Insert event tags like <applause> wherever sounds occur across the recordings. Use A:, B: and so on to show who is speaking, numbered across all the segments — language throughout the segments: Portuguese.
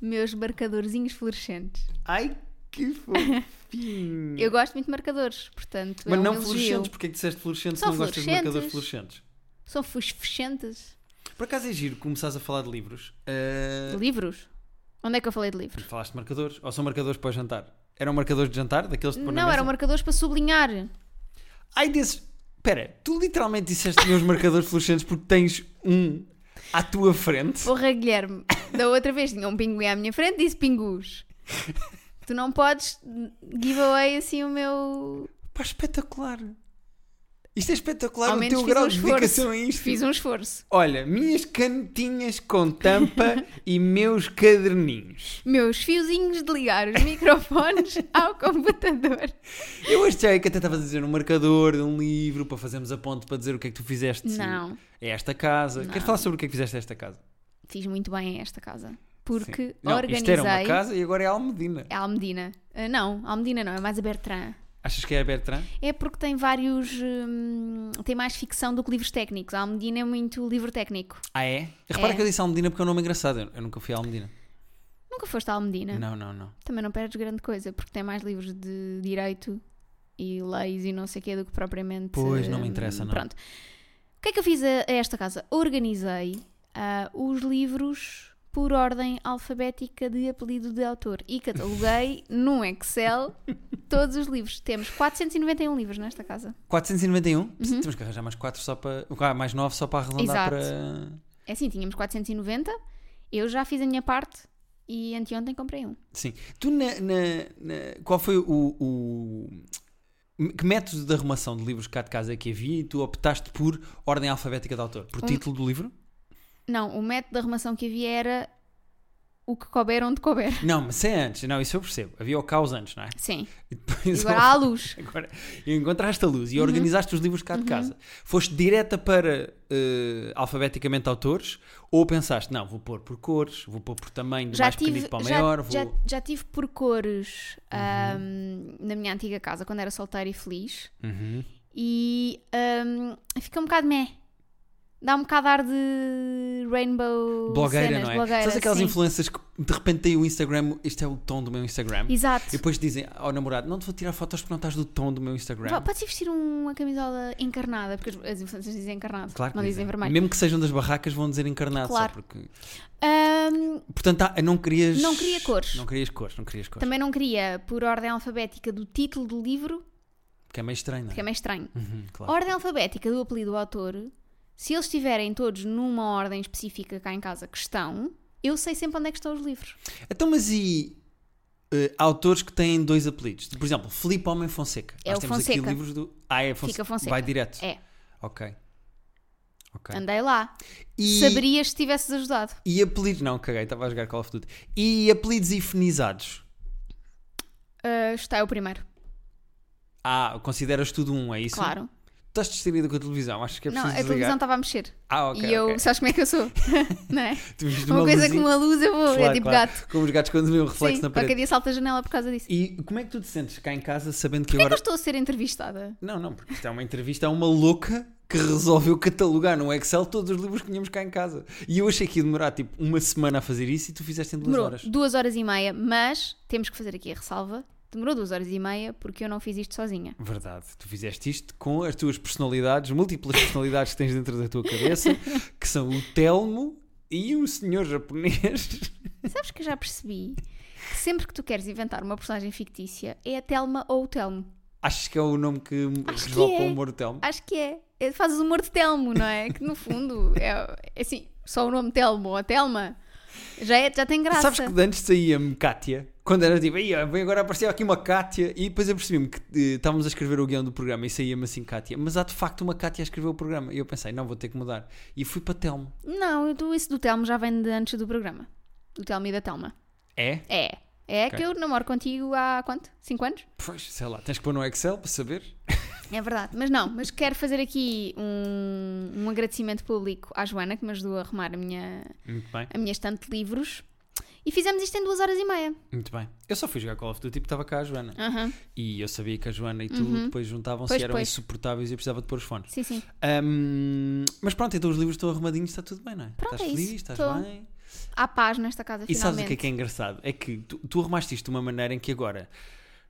A: meus marcadorzinhos fluorescentes.
B: Ai,
A: <laughs>
B: que fofinho!
A: Eu gosto muito de marcadores, portanto.
B: Mas
A: é um
B: não
A: elogio.
B: fluorescentes, porque é que disseste fluorescentes se
A: São
B: não gostas de marcadores
A: fluorescentes.
B: fluorescentes?
A: São fluorescentes.
B: Por acaso é giro, começares a falar de livros. Ah,
A: Livros? Onde é que eu falei de livros?
B: Falaste de marcadores? Ou são marcadores para jantar? Eram marcadores de jantar? Daqueles de pôr na
A: Não,
B: mesa?
A: eram marcadores para sublinhar.
B: Ai, desses. Espera, tu literalmente disseste meus marcadores fluorescentes porque tens um à tua frente.
A: Porra, Guilherme, da outra vez tinha um pinguim à minha frente e disse
B: <laughs>
A: pingus. tu não podes give away assim o meu.
B: Pá, espetacular. Isto é espetacular,
A: Ao
B: o
A: menos
B: teu
A: fiz
B: grau
A: um
B: de
A: esforço.
B: dedicação a isto.
A: Fiz um esforço.
B: Olha, minhas canetinhas
A: <laughs>
B: com tampa e meus caderninhos.
A: Meus fiozinhos de ligar os <laughs> microfones ao computador.
B: Eu achei que até estavas a dizer um marcador de um livro para fazermos a ponte para dizer o que é que tu fizeste.
A: Não,
B: É esta casa.
A: Não.
B: Queres falar sobre o que é que fizeste a esta casa?
A: fiz muito bem a esta casa. Porque
B: Sim. não, Isto
A: organizei.
B: era uma casa e agora é Almedina.
A: É a Almedina. Ah, não, a Almedina não, é mais a Bertrand.
B: Achas que é a Bertrand?
A: É porque tem vários. hum, tem mais ficção do que livros técnicos. A Almedina é muito livro técnico.
B: Ah, é? Repara
A: É.
B: que eu disse Almedina porque é um nome engraçado. Eu- Eu nunca fui a Almedina.
A: Nunca foste à Almedina.
B: Não, não, não.
A: Também não perdes grande coisa, porque tem mais livros de direito e leis e não sei o quê do que propriamente.
B: Pois, não me
A: hum,
B: interessa, não.
A: Pronto. O que é que eu fiz a, a esta casa? Organizei ah, os livros por ordem alfabética de apelido de autor e
B: <laughs>
A: cataloguei num Excel todos os livros. Temos 491 livros nesta casa.
B: 491? Temos que arranjar mais 4 só para. Ah, mais 9 só para arredondar
A: Uhum. Exato.
B: para.
A: É assim, tínhamos 490, eu já fiz a minha parte e anteontem comprei um.
B: Sim. Tu na. na- na- Qual foi o, o- Que método de arrumação de livros cá de casa é que havia e tu optaste por ordem alfabética de autor?
A: Hum.
B: Por título do livro?
A: Não, o método de arrumação que havia era o que couber onde
B: <laughs>
A: couber.
B: Não, mas isso é antes. Não, isso eu percebo. Havia o caos antes, não é?
A: Sim.
B: E
A: E
B: depois
A: agora há a luz.
B: Agora, encontraste a luz e
A: Uhum.
B: organizaste os livros cá de casa. Foste direta para eh, alfabeticamente autores ou pensaste, não, vou pôr por cores, vou pôr por tamanho, do mais pequenino para o
A: já-
B: maior, vou...
A: já, já tive por cores ahm, na minha antiga casa, quando era solteira e feliz.
B: Uhum.
A: E ahm, fica um bocado meh. Dá um bocado ar de rainbow
B: Blogueira,
A: cenas,
B: não é?
A: blogueira,
B: Sabes aquelas
A: sim.
B: influências que de repente têm o Instagram, este é o tom do meu Instagram. E
A: Exato.
B: depois dizem ao namorado, não te vou tirar fotos porque não estás do tom do meu Instagram.
A: Pá, Podes ir vestir um, uma camisola encarnada, porque as- as influências dizem encarnado,
B: Claro que
A: não dizem, vermelho.
B: Mesmo que sejam das barracas, vão dizer encarnado. só
A: Claro.
B: porque...
A: Ahm,
B: Portanto, ah, não querias.
A: Não queria cores.
B: Não querias cores, não querias cores.
A: Também não queria por ordem alfabética do título do livro,
B: Porque é meio estranho, não é?
A: porque é meio estranho.
B: Uhum, claro.
A: Ordem alfabética do apelido do autor, se eles estiverem todos numa ordem específica cá em casa que estão, eu sei sempre onde é que estão os livros.
B: Então, mas e eh, autores que têm dois apelidos? Por exemplo, Filipe Homem Fonseca.
A: É
B: Nós
A: o
B: temos aqui
A: Fonseca.
B: livros do. Ah, é Fonseca.
A: Fica Fonseca.
B: Vai direto.
A: É,
B: Ok. Ok.
A: andei lá.
B: E,
A: Saberias se tivesses ajudado.
B: e apelidos. Não, caguei, estava a jogar Call of Duty. E apelidos ifenizados?
A: Ah, está é o primeiro,
B: Ah, consideras tudo um, é isso?
A: claro.
B: Tu estás distraída com a televisão, acho que é
A: não,
B: preciso
A: a televisão
B: desligar.
A: estava a mexer.
B: Ah, ok.
A: e eu,
B: ok.
A: sabes como é que eu sou? <laughs> não é?
B: Tu viste
A: Uma, coisa
B: luzinha?
A: com uma luz eu vou,
B: Claro,
A: é tipo
B: claro.
A: gato.
B: Como os gatos quando vêem o reflexo
A: Sim,
B: na
A: qualquer
B: parede.
A: dia salto a janela por causa disso.
B: E como é que tu te sentes cá em casa sabendo que
A: Porquê é que
B: agora.
A: eu estou a ser entrevistada?
B: Não, não, porque isto é uma entrevista a uma louca que resolveu catalogar no Excel todos os livros que tínhamos cá em casa. E eu achei que ia demorar tipo uma semana a fazer isso e tu fizeste em duas
A: Demorou
B: horas.
A: duas horas e meia, mas temos que fazer aqui a ressalva. Demorou duas horas e meia porque eu não fiz isto sozinha.
B: Verdade, tu fizeste isto com as tuas personalidades, múltiplas personalidades que tens dentro da
A: <laughs>
B: tua cabeça, que são o Telmo e o senhor japonês.
A: Sabes que eu já percebi que sempre que tu queres inventar uma personagem fictícia é a Telma ou o Telmo.
B: Achas que é o nome que
A: Acho que
B: resolve
A: é.
B: para o humor do Telmo?
A: Acho que é. é fazes o humor de Telmo, não é? Que no fundo é, é assim, só o nome Telmo ou Telma já, é, já tem graça.
B: Sabes que de antes saía-me Kátia, quando era tipo, "Ia, bem agora apareceu aqui uma Kátia, e depois apercebi-me que eh, estávamos a escrever o guião do programa e saía-me assim Kátia, mas há de facto uma Kátia a escrever o programa, e eu pensei, não, vou ter que mudar. E fui para Telmo.
A: Não, eu dou- isso do Telmo já vem de antes do programa. Do Telmo e da Telma.
B: É?
A: É. É
B: Ok.
A: que eu namoro contigo há quanto? Cinco anos?
B: Pois, sei lá, tens que pôr no Excel para saber.
A: É verdade, mas não, mas quero fazer aqui um, um agradecimento público à Joana que me ajudou a arrumar a minha,
B: Muito bem,
A: a minha estante de livros e fizemos isto em duas horas e meia.
B: muito bem. Eu só fui jogar Call of Duty porque estava cá a Joana.
A: Aham,
B: E eu sabia que a Joana e tu depois juntavam-se
A: Ah. Uhum. Pois,
B: e eram
A: pois.
B: insuportáveis e eu precisava de pôr os fones.
A: Sim, sim.
B: Ahm, mas pronto, então os livros estão arrumadinhos, está tudo bem, não é?
A: Pronto,
B: estás
A: é isso,
B: feliz, estás
A: estou.
B: bem?
A: Há paz nesta casa,
B: E sabes o
A: finalmente.
B: que é que é engraçado? É que tu, tu arrumaste isto de uma maneira em que agora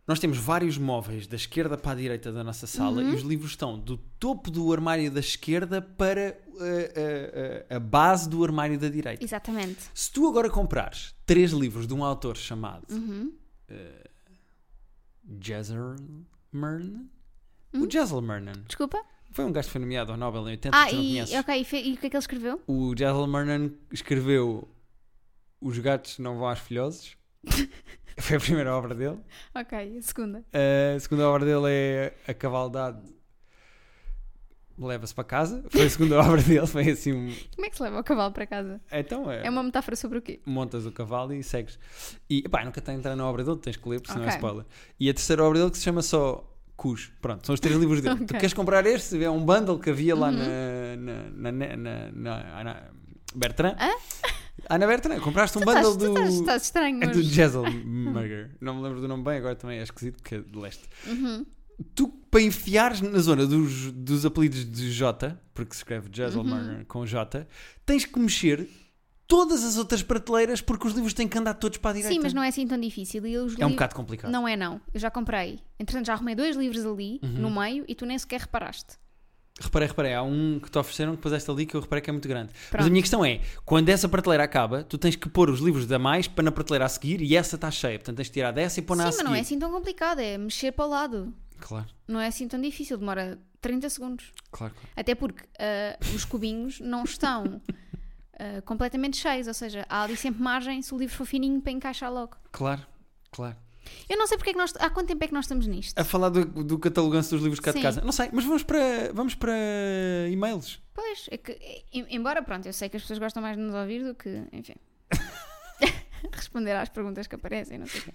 B: nós temos vários móveis da esquerda para a direita da nossa sala
A: Uhum.
B: e os livros estão do topo do armário da esquerda para uh, uh, uh, a base do armário da direita.
A: Exatamente.
B: Se tu agora comprares três livros de um autor chamado
A: Uhum.
B: eh, uh, Jezzelmern, o Jezzelmernan
A: Desculpa?
B: foi um gajo que foi nomeado ao Nobel em 80,
A: Hum? Ah,
B: tu não
A: e,
B: conheces.
A: ok, e, fe- e o que é que ele escreveu?
B: O Jezzelmernan escreveu Os Gatos Não Vão aos Filhosos. Foi a primeira obra dele. Eh,
A: Ok, a segunda.
B: A segunda obra dele é A Cavaldade Leva-se para Casa. Foi a segunda <laughs> obra dele. Foi assim. um-
A: Como é que se leva o cavalo para casa?
B: Então é.
A: É uma metáfora sobre o quê?
B: Montas o cavalo e segues. E pá, nunca está a entrar na obra dele, tens que ler, porque senão é
A: Ok.
B: spoiler. E a terceira obra dele que se chama só Cus. Pronto, são os três livros dele. Tu
A: <laughs> Ok. Uhum.
B: queres comprar este? É um bundle que havia lá na, na, na, na, na- na- Bertrand.
A: Hã?
B: Ana Bertrand, compraste um
A: Tu
B: bundle
A: estás, tu
B: do.
A: estás, estás estranho
B: É do
A: hoje.
B: Jezzelmurger. Não me lembro do nome bem, agora também é esquisito porque é de leste.
A: Uhum.
B: Tu, para enfiares na zona dos, dos apelidos de J, porque se escreve Jezzelmurger
A: Uhum.
B: com J, tens que mexer todas as outras prateleiras porque os livros têm que andar todos para a direita.
A: Sim, mas não é assim tão difícil. E os
B: É um
A: livros-
B: bocado complicado.
A: Não é não, eu já comprei. Entretanto, já arrumei dois livros ali,
B: Uhum.
A: no meio, e tu nem sequer reparaste.
B: Reparei, reparei, há um que te ofereceram que puseste ali que eu reparei que é muito grande. Mas a
A: Pronto.
B: minha questão é, quando essa prateleira acaba, tu tens que pôr os livros da mais para na prateleira a seguir e essa está cheia. Portanto, tens de tirar dessa e pôr
A: Sim,
B: na a
A: mas
B: seguir.
A: não é assim tão complicado, é mexer para o lado.
B: Claro,
A: Não é assim tão difícil, demora 30 segundos.
B: claro, claro.
A: Até porque ah, os cubinhos não estão ah, completamente cheios, ou seja, há ali sempre margem se o livro for fininho para encaixar logo.
B: Claro, claro.
A: Eu não sei porque é que nós. Há quanto tempo é que nós estamos nisto?
B: a falar do, do catalogante dos livros cá de
A: Sim.
B: casa. Não sei, mas vamos para, vamos para e-mails.
A: Pois, é que, é, em- embora, pronto, eu sei que as pessoas gostam mais de nos ouvir do que, enfim, <laughs> responder às perguntas que aparecem, não sei o quê.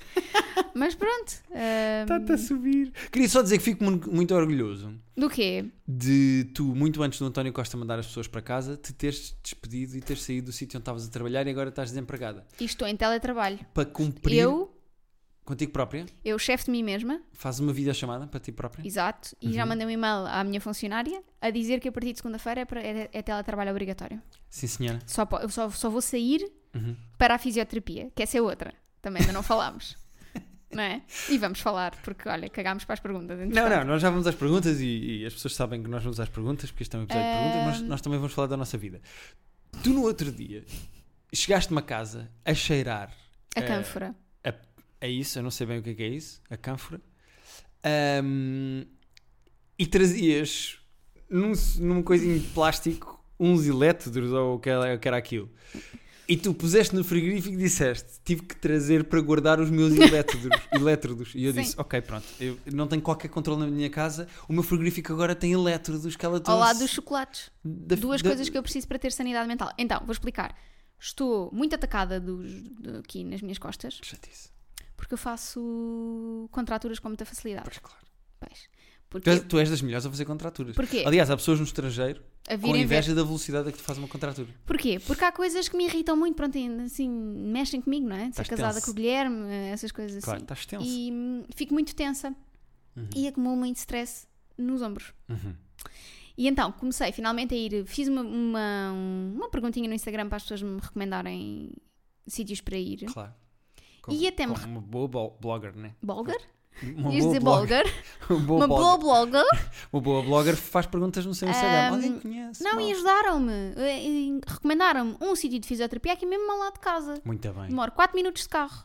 A: Mas pronto. ah, ahm,
B: Está-te a subir. Queria só dizer que fico mu- muito orgulhoso
A: do quê?
B: de tu, muito antes do António Costa mandar as pessoas para casa, te teres despedido e teres saído do sítio onde estavas a trabalhar e agora estás desempregada.
A: E estou em teletrabalho.
B: Para cumprir
A: Eu,
B: contigo própria,
A: eu chefe de mim mesma,
B: faz uma videochamada para ti própria.
A: exato, e
B: Uhum.
A: já mandei um e-mail à minha funcionária a dizer que a partir de segunda-feira é, para- é, é teletrabalho obrigatório.
B: Sim, senhora.
A: Só, po- eu só, só vou sair
B: Uhum.
A: para a fisioterapia, que essa é outra. Também ainda não
B: <laughs>
A: falámos. não é? E vamos falar, porque olha, cagámos para as perguntas.
B: Não,
A: entretanto.
B: não, nós já vamos às perguntas e, e as pessoas sabem que nós vamos às perguntas, porque este é um episódio de perguntas,
A: Hum.
B: mas nós também vamos falar da nossa vida. Tu, no outro dia, chegaste-me a casa a cheirar
A: A cânfora.
B: É isso, eu não sei bem o que é, que é isso, a cânfora. Ahm, e trazias num, num coisinho de plástico uns elétrodos ou o que era, o que era aquilo. E tu puseste no frigorífico e disseste: Tive que trazer para guardar os
A: <laughs>
B: meus elétrodos. elétrodos. E eu
A: Sim.
B: disse: Ok, pronto, eu não tenho qualquer controle na minha casa. O meu frigorífico agora tem elétrodos que ela
A: Ao
B: trouxe.
A: lado dos chocolates.
B: da-
A: Duas
B: da-
A: coisas que eu preciso para ter sanidade mental. Então, vou explicar. Estou muito atacada dos, de- aqui nas minhas costas,
B: Que chatice.
A: porque eu faço contraturas com muita facilidade.
B: Pois, Então, claro.
A: Pois.
B: Tu, és,
A: Porque,
B: tu és das melhores a fazer contraturas.
A: Porquê?
B: Aliás, há pessoas no estrangeiro
A: a
B: com
A: virem ver.
B: inveja da velocidade a que tu fazes uma contratura.
A: Porquê? Porque há coisas que me irritam muito, pronto, ainda assim, mexem comigo, não é? De ser
B: Estás
A: casada
B: tenso.
A: com o Guilherme, essas coisas
B: Claro,
A: assim.
B: estás tenso.
A: E hum, fico muito tensa e acumulo muito stress nos ombros.
B: Uhum.
A: E então comecei finalmente a ir, fiz uma, uma, um- uma perguntinha no Instagram para as pessoas me recomendarem sítios para ir.
B: Claro.
A: E até me
B: como uma boa blo- blogger,
A: <laughs>
B: né?
A: Bolgar?
B: Uma
A: Ias dizer Bolgar?
B: <laughs> Uma boa
A: Uma boa
B: blogger.
A: blogger?
B: Uma boa blogger faz perguntas no seu Instagram. Alguém conhece?
A: Não,
B: Mal.
A: e ajudaram-me. Eh, e Recomendaram-me um sítio de fisioterapia aqui mesmo ao lado de casa.
B: Muito bem.
A: Demoro 4 minutos de carro.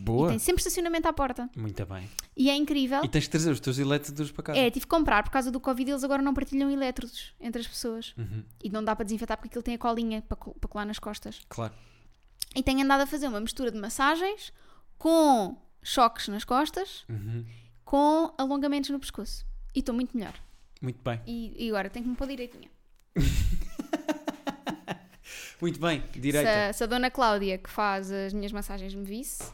B: Boa.
A: Tem sempre estacionamento à porta.
B: Muito bem.
A: E é incrível.
B: E tens de trazer os teus elétricos para casa.
A: É, tive que comprar por causa do Covid. Eles agora não partilham elétrodos entre as pessoas.
B: Uhum.
A: E não dá para desinfetar porque aquilo tem a colinha para col- para colar nas costas.
B: Claro.
A: E tenho andado a fazer uma mistura de massagens com choques nas costas,
B: Uhum.
A: com alongamentos no pescoço. E estou muito melhor.
B: Muito bem.
A: E, e agora tenho que me pôr direitinha.
B: Muito bem.
A: Se
B: Direita.
A: a, se a dona Cláudia, que faz as minhas massagens, me visse,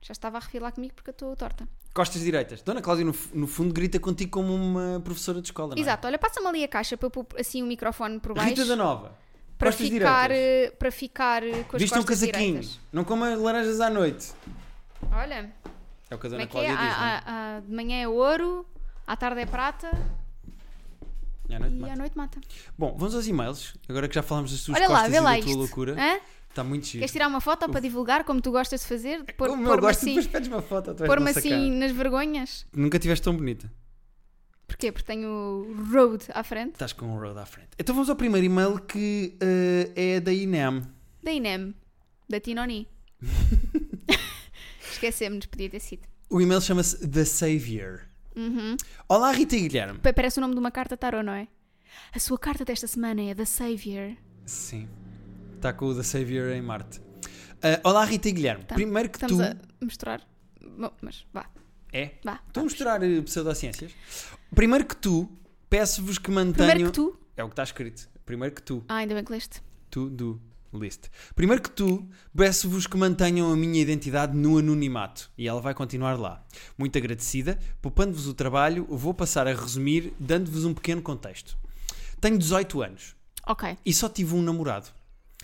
A: já estava a refilar comigo porque eu estou torta.
B: Costas direitas. Dona Cláudia, no, f- no fundo, grita contigo como uma professora de escola, não é?
A: Exato, olha, passa-me ali a caixa para eu pôr assim o microfone por baixo.
B: Rita da Nova.
A: para,
B: costas
A: ficar,
B: direitas.
A: eh, para ficar eh, com as
B: Viste um
A: costas
B: casaquinho.
A: direitas.
B: Não coma laranjas à noite.
A: Olha,
B: É o que
A: como
B: a Dona
A: é que é?
B: Cláudia diz,
A: Ah, ah, ah, de manhã é ouro, à tarde é prata
B: não é? À noite
A: e
B: mata.
A: à noite mata.
B: Bom, vamos aos e-mails. Agora que já falámos das tuas
A: olha lá,
B: costas
A: vê
B: e
A: lá
B: da tua
A: isto.
B: loucura.
A: Hã?
B: Está muito giro.
A: Queres tirar uma foto para divulgar, como tu gostas de fazer? De pôr-
B: É Como eu
A: Pôr-me
B: gosto,
A: assim,
B: depois pedes uma foto atrás
A: pôr-me
B: da nossa
A: assim nas vergonhas?
B: cara. Nunca tiveste tão bonita.
A: Porquê? Porque tenho o road à frente.
B: Estás com um road à frente. Então vamos ao primeiro e-mail que eh, é da INEM.
A: Da Inem, da
B: <laughs>
A: Tinoni. Esquecemos, podia ter sido.
B: O e-mail chama-se The Savior.
A: Uhum.
B: Olá, Rita e Guilherme.
A: Pa- Parece o nome de uma carta tarô, não é? A sua carta desta semana é da Savior.
B: Sim. Está com o The Savior em Marte. Ah, olá, Rita e Guilherme.
A: Tá.
B: Primeiro que
A: Estamos
B: tu.
A: a misturar. Bom, mas vá,
B: É.
A: vá.
B: Estão a misturar eh, pseudociências. Primeiro que tu, peço-vos que mantenham.
A: Primeiro que tu.
B: É o que está escrito. Primeiro que tu.
A: Ah, ainda bem que leste.
B: To do list. Primeiro que tu, peço-vos que mantenham a minha identidade no anonimato e ela vai continuar lá. Muito agradecida, poupando-vos o trabalho, vou passar a resumir, dando-vos um pequeno contexto. Tenho 18 anos
A: Ok.
B: e só tive um namorado.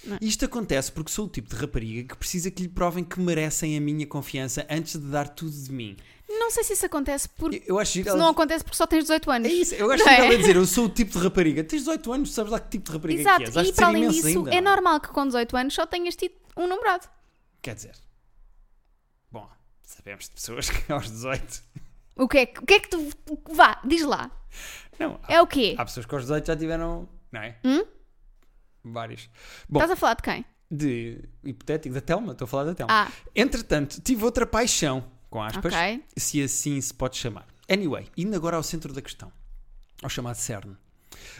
A: Não. é?
B: Isto acontece porque sou o tipo de rapariga que precisa que lhe provem que merecem a minha confiança antes de dar tudo de mim.
A: Não sei se isso acontece porque.
B: Eu- Eu acho giro
A: Se
B: ela-
A: não acontece porque só tens 18 anos.
B: É isso, eu acho
A: Não
B: que
A: é?
B: ela a dizer, eu sou o tipo de rapariga. Tens 18 anos, sabes lá que tipo de rapariga
A: Exato,
B: que és. Hás
A: e
B: de
A: para
B: ser
A: além
B: imensa
A: disso,
B: ainda,
A: é
B: não
A: normal que com 18 anos só tenhas tido um namorado.
B: Quer dizer, bom, sabemos de pessoas que <laughs> aos 18.
A: O que é que, o que, é que tu. Vá, diz lá.
B: Não, há,
A: É o quê?
B: há pessoas que aos 18 já tiveram, não é?
A: Hum? Tá
B: Vários. Bom,
A: Estás a falar de quem?
B: de hipotético, da Telma, estou a falar da Telma.
A: Ah,
B: Entretanto, tive outra paixão, com aspas,
A: ok.
B: se assim se pode chamar. Anyway, indo agora ao centro da questão, ao chamado CERN.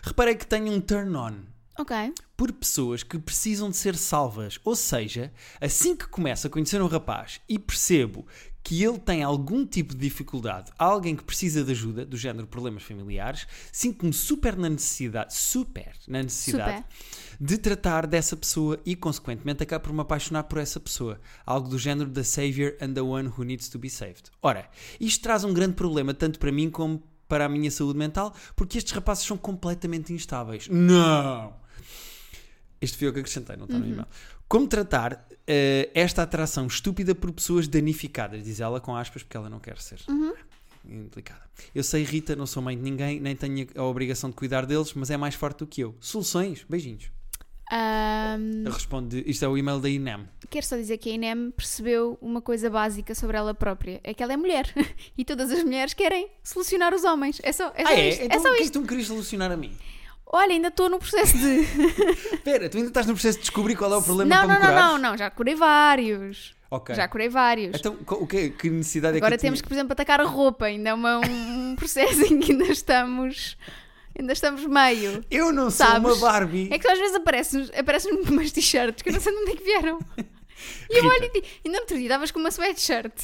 B: Reparei que tenho um turn on
A: Ok.
B: por pessoas que precisam de ser salvas. Ou seja, assim que começo a conhecer um rapaz e percebo que ele tem algum tipo de dificuldade, alguém que precisa de ajuda, do género problemas familiares, sinto-me super na necessidade, super na necessidade de tratar dessa pessoa e, consequentemente, acabo por me apaixonar por essa pessoa. Algo do género da Savior and the One Who Needs to Be Saved. Ora, isto traz um grande problema tanto para mim como para a minha saúde mental, porque estes rapazes são completamente instáveis. Não! Este foi eu que acrescentei, não está
A: Uhum.
B: no e-mail. Como tratar eh, esta atração estúpida por pessoas danificadas? Diz ela com aspas, porque ela não quer ser
A: Uhum.
B: implicada. Eu sei, Rita, não sou mãe de ninguém, nem tenho a obrigação de cuidar deles, mas é mais forte do que eu. Soluções? Beijinhos.
A: Ahm,
B: Responde, isto é o e-mail da INEM.
A: quero só dizer que a Inem percebeu uma coisa básica sobre ela própria: é que ela é mulher. <laughs> e todas as mulheres querem solucionar os homens. É só, é só
B: ah, é?
A: isto.
B: Então
A: é só
B: o que é que
A: isto.
B: tu me querias solucionar a mim?
A: Olha, ainda estou no processo de.
B: Espera, tu ainda estás no processo de descobrir qual é o <laughs> problema
A: não,
B: para
A: não,
B: me curares?
A: não, não, não, já curei vários.
B: Ok.
A: Já curei vários.
B: Então, co- o que, que necessidade
A: Agora
B: é que eu
A: temos
B: tinha?
A: que, por exemplo, atacar a roupa. Ainda é uma- um, <laughs> um processo em que ainda estamos, ainda estamos meio.
B: Eu não sou
A: Sabes?
B: uma Barbie.
A: É que tu às vezes aparece-nos aparece <laughs> umas t-shirts que eu não sei de onde é que vieram.
B: <laughs>
A: E eu
B: Rita.
A: olho e digo, ainda no outro dia estavas com uma sweatshirt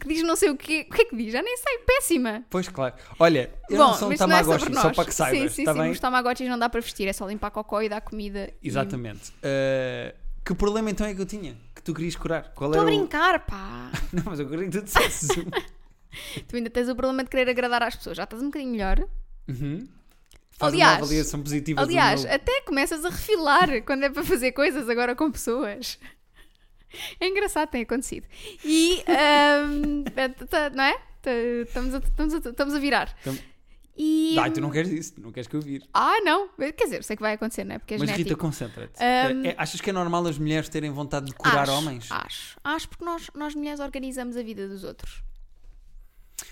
A: que diz não sei o quê. O que é que diz? Já nem sei, péssima.
B: Pois, claro. Olha, eu
A: Bom,
B: não sou um
A: mas não é
B: Tamagotchi,
A: sobre nós.
B: só para que saibas,
A: Sim, sim,
B: está
A: sim.
B: bem?
A: Os tamagotchis não dá para vestir, é só limpar cocó e dar comida. e-
B: Exatamente. Uh, que problema então é que eu tinha? Que tu querias curar? Qual
A: Estou a
B: era o-
A: brincar, pá.
B: <laughs> Não, mas eu queria que tu dissesses.
A: tu ainda tens o problema de querer agradar às pessoas. Já estás um bocadinho melhor.
B: <laughs> uhum. Faz
A: Aliás-
B: uma avaliação positiva do
A: Aliás,
B: meu-
A: até começas a refilar quando é para fazer coisas agora com pessoas. É engraçado, tem acontecido. E, ahm, <laughs> é, tá- tá- não é? Tá- Estamos a, estamos a, estamos a virar.
B: Tam-
A: E...
B: Ai, tu não queres isso, não queres que eu vire.
A: Ah, não. Quer dizer, sei que vai acontecer, não é? Porque é
B: Mas Rita,
A: genético.
B: concentra-te.
A: Um,
B: É, achas que é normal as mulheres terem vontade de curar
A: acho,
B: homens?
A: Acho. Acho porque nós, nós mulheres organizamos a vida dos outros.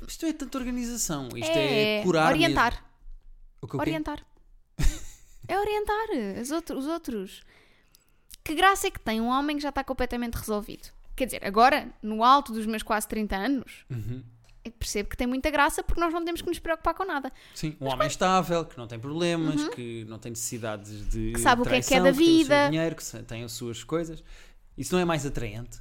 B: Isto é tanta organização. Isto é, curar.
A: Orientar.
B: mesmo. O que, o quê?
A: Orientar. <laughs> é orientar as outro- os outros. Que graça é que tem um homem que já está completamente resolvido? Quer dizer, agora, no alto dos meus quase 30 anos,
B: Uhum.
A: eu percebo que tem muita graça porque nós não temos que nos preocupar com nada.
B: Sim, um homem estável, que não tem problemas, que não tem necessidades de.
A: Uhum. Que sabe o que é que é
B: traição,
A: da
B: tem o seu
A: vida.
B: dinheiro, que se- tem as suas coisas. Isso não é mais atraente.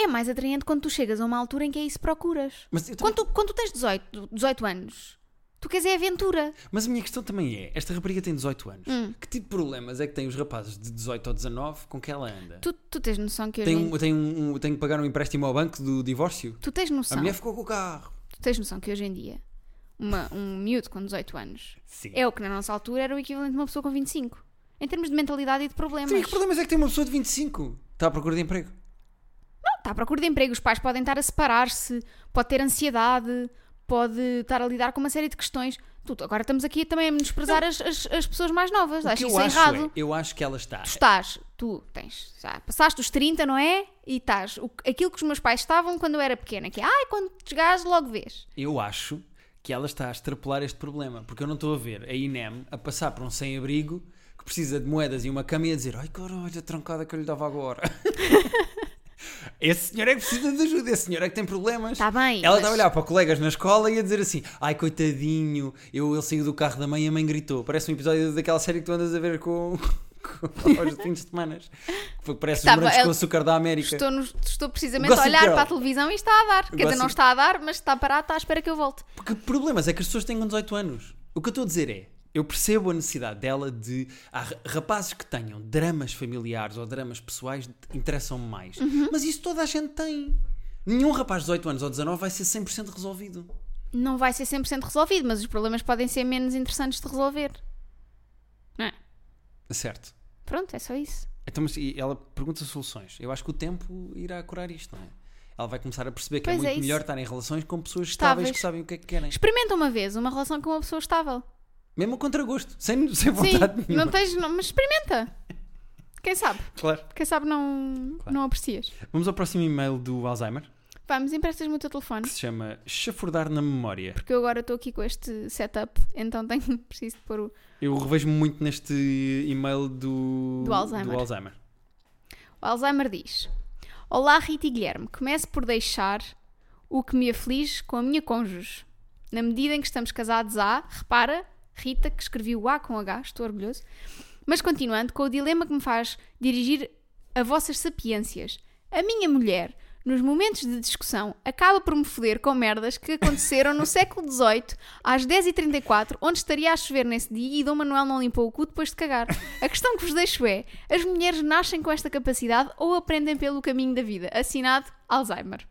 A: É mais atraente quando tu chegas a uma altura em que é isso que procuras.
B: Mas, eu também-
A: Quando tu, quando tu tens 18, 18 anos, tu queres é aventura.
B: mas a minha questão também é: esta rapariga tem 18 anos.
A: Hum.
B: Que tipo de problemas é que têm os rapazes de 18 ou 19 com que ela anda?
A: Tu, tu tens noção que eu.
B: Tem, um, tem, um, um- tem que pagar um empréstimo ao banco do divórcio?
A: Tu tens
B: A
A: noção.
B: mulher ficou com o carro.
A: Tu tens noção que hoje em dia, uma- um miúdo com 18 anos
B: Sim.
A: É o que na nossa altura era o equivalente de uma pessoa com 25. Em termos de mentalidade e de problemas.
B: Sim, que problemas é que tem uma pessoa de 25? Está à procura de emprego.
A: tá Está à procura de emprego, os pais podem estar a separar-se, pode ter ansiedade, pode estar a lidar com uma série de questões. Tudo. Agora estamos aqui também a menosprezar as, as, as pessoas mais novas.
B: O que
A: Acho
B: eu
A: isso
B: acho
A: errado.
B: é, eu acho que ela está.
A: Tu estás, tu tens, já passaste os 30, não é? E estás o- aquilo que os meus pais estavam quando eu era pequena, que é, ai, quando chegares logo vês.
B: Eu acho que ela está a extrapolar este problema, porque eu não estou a ver a INEM a passar por um sem-abrigo que precisa de moedas e uma cama e a dizer: Ai, cara, olha a trancada que eu lhe dava agora. <laughs> esse senhor é que precisa de ajuda, esse senhor é que tem problemas.
A: Está Tá bem.
B: Ela
A: mas-
B: está a olhar para colegas na escola e a dizer assim: Ai, coitadinho, eu, ele saiu do carro da mãe e a mãe gritou. Parece um episódio daquela série que tu andas a ver com. <laughs> com aos fins de semanas. Que Parece
A: Estava-
B: os morangos com
A: ela-
B: açúcar da América.
A: Tá Estou, no- estou precisamente a
B: Gossip
A: olhar
B: Girl.
A: para a televisão e está a dar. Quer dizer,
B: Gossip-
A: não está a dar, mas está parado, está à espera que eu volte.
B: Porque problemas é que as pessoas têm com 18 anos. O que eu estou a dizer é, eu percebo a necessidade dela de. Há ra- rapazes que tenham dramas familiares ou dramas pessoais interessam-me mais.
A: Uhum.
B: Mas isso toda a gente tem. Nenhum rapaz de 18 anos ou 19 vai ser 100% resolvido.
A: Não vai ser 100% resolvido, mas os problemas podem ser menos interessantes de resolver. Não é?
B: Certo.
A: Pronto, é só isso.
B: Então, mas e ela pergunta soluções. Eu acho que o tempo irá curar isto, não é? Ela vai começar a perceber que é
A: Pois
B: muito
A: é isso.
B: melhor estar em relações com pessoas estáveis,
A: Estáveis.
B: que sabem o que é que querem.
A: Experimenta uma vez uma relação com uma pessoa estável.
B: Mesmo a contragosto, sem, <laughs> sem
A: Sim,
B: vontade nenhuma.
A: não tens, não, mas experimenta. Quem sabe?
B: Claro.
A: Quem sabe não,
B: Claro.
A: não aprecias.
B: Vamos ao próximo e-mail do Alzheimer.
A: Vamos, emprestas-me o teu telefone.
B: que se chama Chafurdar na Memória.
A: Porque eu agora estou aqui com este setup, então tenho, <laughs> preciso de pôr o.
B: Eu revejo-me muito neste e-mail do,
A: Do Alzheimer.
B: do Alzheimer.
A: O Alzheimer diz: Olá, Rita e Guilherme. Começo por deixar o que me aflige com a minha cônjuge. Na medida em que estamos casados há, repara, Rita, que escrevi o A com H, estou orgulhoso. Mas continuando, com o dilema que me faz dirigir a vossas sapiências. A minha mulher, nos momentos de discussão, acaba por me foder com merdas que aconteceram no <laughs> século XVIII, às 10h34, onde estaria a chover nesse dia e Dom Manuel não limpou o cu depois de cagar. A questão que vos deixo é: as mulheres nascem com esta capacidade ou aprendem pelo caminho da vida? Assinado Alzheimer.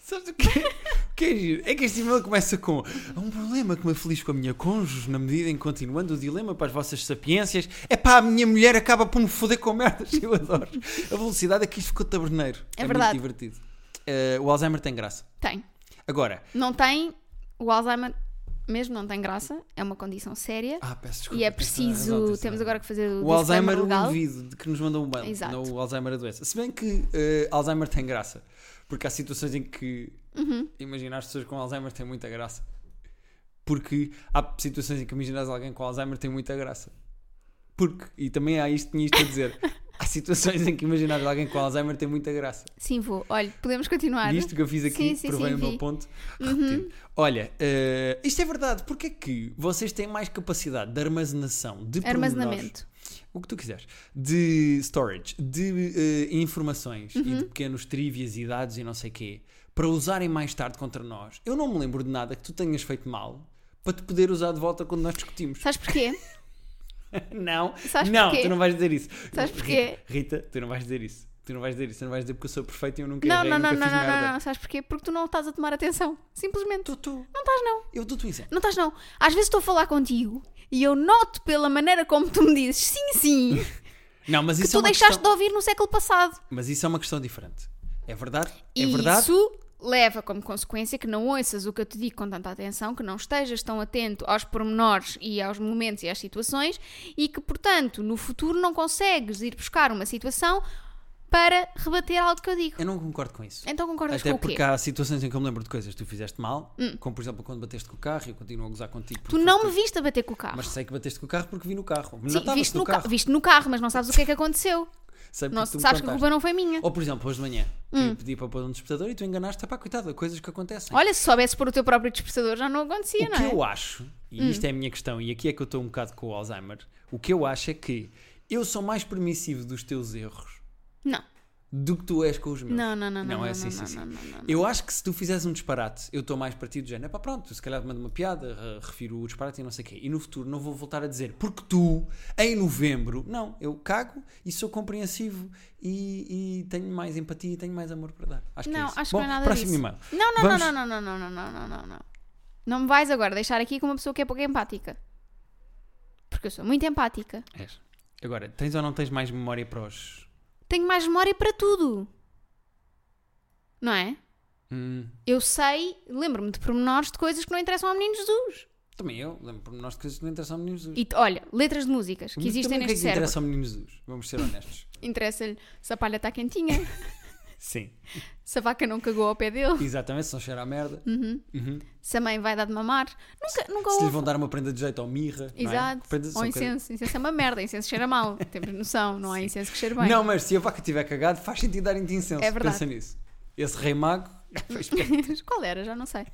B: Sabes o que, é- o que é giro? É que este e-mail começa com "Há um problema que me aflige com a minha cônjuge na medida em que continuando o dilema para as vossas sapiências é pá, a minha mulher acaba por me foder com merdas. <laughs> Eu adoro. A velocidade é que isto ficou taberneiro.
A: É verdade.
B: muito divertido. Eh, o Alzheimer tem graça.
A: Tem.
B: Agora,
A: Não tem. O Alzheimer mesmo não tem graça, é uma condição séria
B: ah, peço desculpa.
A: e é
B: tens toda a razão,
A: preciso.
B: tens toda a
A: Temos
B: razão.
A: agora que fazer o,
B: O Alzheimer é um
A: disclaimer legal.
B: indivíduo de que nos mandou um mail,
A: Exato.
B: não o Alzheimer a doença. Se bem que eh, Alzheimer tem graça, porque há situações em que
A: Uhum.
B: imagina as pessoas com Alzheimer tem muita graça. Porque há situações em que imaginas alguém com Alzheimer tem muita graça. Porque, e também há isto, tinha isto
A: <laughs>
B: a dizer, há situações em que imaginar alguém com Alzheimer tem muita graça.
A: Sim, vou. Olha, podemos continuar.
B: Visto que eu fiz aqui,
A: Sim, sim,
B: provei
A: sim,
B: o meu
A: vi. Uhum.
B: ponto. repetindo. Olha, eh, isto é verdade, porque é que vocês têm mais capacidade de armazenação, de pormenores,
A: Armazenamento.
B: o que tu quiseres, de storage, de eh, informações
A: Uhum.
B: e de pequenos trivias e dados e não sei quê, para usarem mais tarde contra nós. Eu não me lembro de nada que tu tenhas feito mal para te poder usar de volta quando
A: <laughs>
B: nós discutimos.
A: Sabes
B: <laughs>
A: porquê?
B: não,
A: Sabes
B: não,
A: porquê?
B: tu não vais dizer isso.
A: Sabes
B: Rita-
A: porquê?
B: Rita, tu não vais dizer isso. Tu não vais dizer isso, tu não vais dizer porque eu sou perfeito e eu nunca
A: Não,
B: errei,
A: não, não,
B: nunca
A: não, não,
B: fiz merda.
A: não, não. Sabes porquê? Porque tu não estás a tomar atenção. Simplesmente.
B: Tu, tu,
A: Não estás, não.
B: eu dou-te um exemplo.
A: Não estás, não. Às vezes estou a falar contigo e eu noto pela maneira como tu me dizes sim,
B: <laughs>
A: sim,
B: Não, mas
A: que
B: isso, é
A: tu
B: uma
A: deixaste
B: questão...
A: de ouvir no século passado.
B: mas isso é uma questão diferente. É verdade?
A: E
B: é verdade?
A: isso leva como consequência que não ouças o que eu te digo com tanta atenção, que não estejas tão atento aos pormenores e aos momentos e às situações e que, portanto, no futuro não consegues ir buscar uma situação para rebater algo que eu digo.
B: Eu não concordo com isso.
A: Então concordas
B: Até
A: com o quê? Hum.
B: porque há situações em que eu me lembro de coisas que tu fizeste mal, como por exemplo quando bateste com o carro e eu continuo a gozar contigo.
A: Tu
B: porque
A: não me
B: foste-
A: viste a bater com o carro.
B: Mas sei que bateste com o carro porque vi no carro.
A: Sim,
B: Notava-se
A: viste no, ca-
B: carro.
A: viste no carro, mas não sabes o que é que aconteceu.
B: Sei porque
A: Não,
B: tu me
A: sabes que a
B: contaste. Oh.
A: culpa não foi minha.
B: Ou por exemplo, hoje de manhã, que eu pedi para pôr um despertador e tu enganaste, pá, coitado, coisas que acontecem.
A: Hum. Olha, se soubesse pôr o teu próprio despertador já não acontecia,
B: o
A: não
B: que
A: é?
B: eu acho, e isto é a minha questão, e aqui é que eu estou um bocado com o Alzheimer, o que eu acho é que eu sou mais permissivo dos teus erros
A: Não.
B: do que tu és com os meus.
A: Não, não, não, não.
B: Não, é assim,
A: não,
B: sim,
A: não,
B: sim.
A: não, não, não, não.
B: Eu acho que se tu fizeres um disparate, eu estou mais para ti do género, pá, pronto, se calhar te mando uma piada, re- refiro o disparate e não sei o quê. E no futuro não vou voltar a dizer, porque tu, em novembro, não, eu cago e sou compreensivo e, e tenho mais empatia e tenho mais amor para dar. Acho que é
A: Não,
B: isso.
A: acho
B: Bom,
A: que não é nada
B: próximo
A: disso.
B: e-mail.
A: Não, não,
B: Vamos-
A: não, não, não, não, não, não, não, não, não. Não me vais agora deixar aqui com uma pessoa que é pouco empática. Porque eu sou muito empática.
B: És. É Agora, tens ou não tens mais memória para os...
A: Tenho mais memória para tudo. Não é?
B: Hum,
A: Eu sei, lembro-me de pormenores de coisas que não interessam ao Menino Jesus.
B: também eu, lembro-me nós de coisas que não interessam ao Menino Jesus.
A: E t- olha, letras de músicas que
B: Mas
A: existem
B: também o que
A: neste
B: é que
A: cérebro.
B: interessa ao Menino Jesus? Vamos ser honestos.
A: Interessa-lhe se a palha está quentinha,
B: <laughs> Sim.
A: se a vaca não cagou ao pé dele,
B: Exatamente, se não cheira a merda. Uhum.
A: se a mãe vai dar de mamar. Nunca, nunca
B: Se lhe
A: houve.
B: vão dar uma prenda de jeito ou mirra. não é?
A: Exato.
B: Prendas
A: Ou
B: são coisas-
A: incenso. Incenso é uma merda, incenso cheira mal. <laughs> Temos noção, não há incenso que cheira bem. <laughs>
B: Não, mas se a vaca tiver cagado, faz sentido darem-te incenso.
A: É verdade.
B: Pensa nisso. Esse rei mago. é, Pois,
A: Qual era? Já não sei.